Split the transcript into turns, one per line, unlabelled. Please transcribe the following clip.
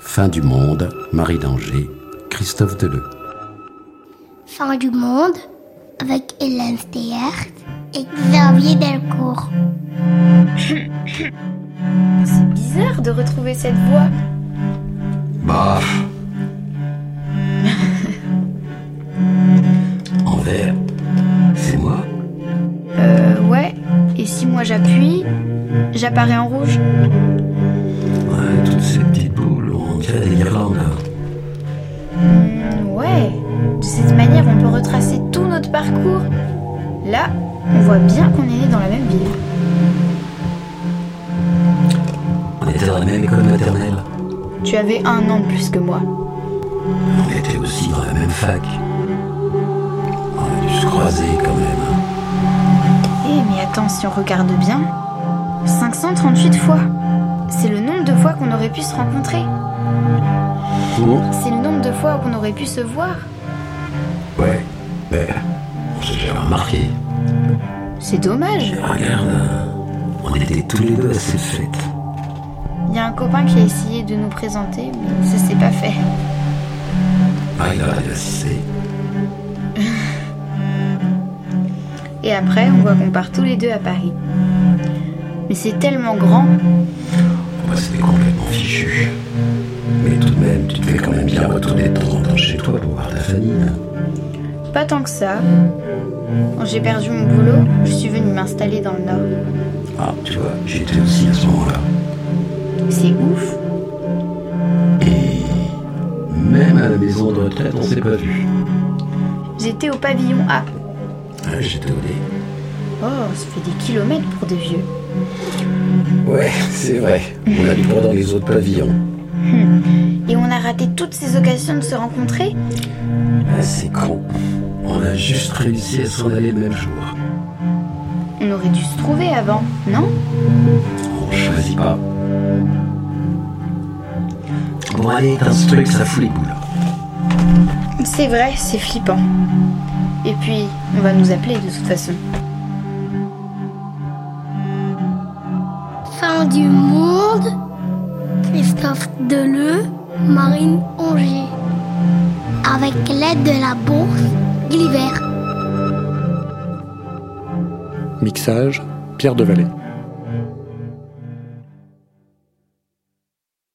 Fin du monde, Marie d'Angers, Christophe Deleu.
Fin du monde avec Hélène Steyert et Xavier Delcourt.
C'est bizarre de retrouver cette voix.
Bah. en vert, c'est moi
Euh, ouais. Et si moi j'appuie, j'apparais en rouge.
Ouais, toutes ces petites boules, on dirait des guirlandes.
Hmm, ouais. De cette manière, on peut retracer tout notre parcours. Là, on voit bien qu'on est né dans la même ville.
On était dans la même école maternelle.
Tu avais un an de plus que moi.
On était aussi dans la même fac. On a dû se croiser quand même.
Eh, mais attends, si on regarde bien. 538 fois. C'est le nombre de fois qu'on aurait pu se rencontrer. C'est le nombre de fois qu'on aurait pu se voir.
Ouais, mais on s'est jamais remarqué.
C'est dommage.
Regarde, on était tous les deux à cette fête.
Il y a un copain qui a essayé de nous présenter, mais ça s'est pas fait.
Marie a ah, assisté.
Et après, on voit qu'on part tous les deux à Paris. Mais c'est tellement grand.
Moi, c'était complètement fichu. Mais tout de même, tu devais quand même bien retourner de temps en temps chez toi pour voir ta famille. hein.
Pas tant que ça. Quand j'ai perdu mon boulot, je suis venue m'installer dans le Nord.
Ah, tu vois, j'étais aussi à ce moment-là.
C'est ouf.
Même à la maison de retraite, on s'est pas vu.
J'étais au pavillon A.
Ah, j'étais au dé.
Oh, ça fait des kilomètres pour des vieux.
Ouais, c'est vrai. On a dû prendre les autres pavillons.
Et on a raté toutes ces occasions de se rencontrer.
Ah, c'est con. On a juste réussi à s'en aller le même jour.
On aurait dû se trouver avant, non
On choisit pas. Bon, allez, dans ce truc, ça fout les boules.
C'est vrai, c'est flippant. Et puis, on va nous appeler de toute façon.
Fin du monde, Christophe Deleu, Marine Onger. Avec l'aide de la bourse Gulliver.
Mixage, Pierre Devalet.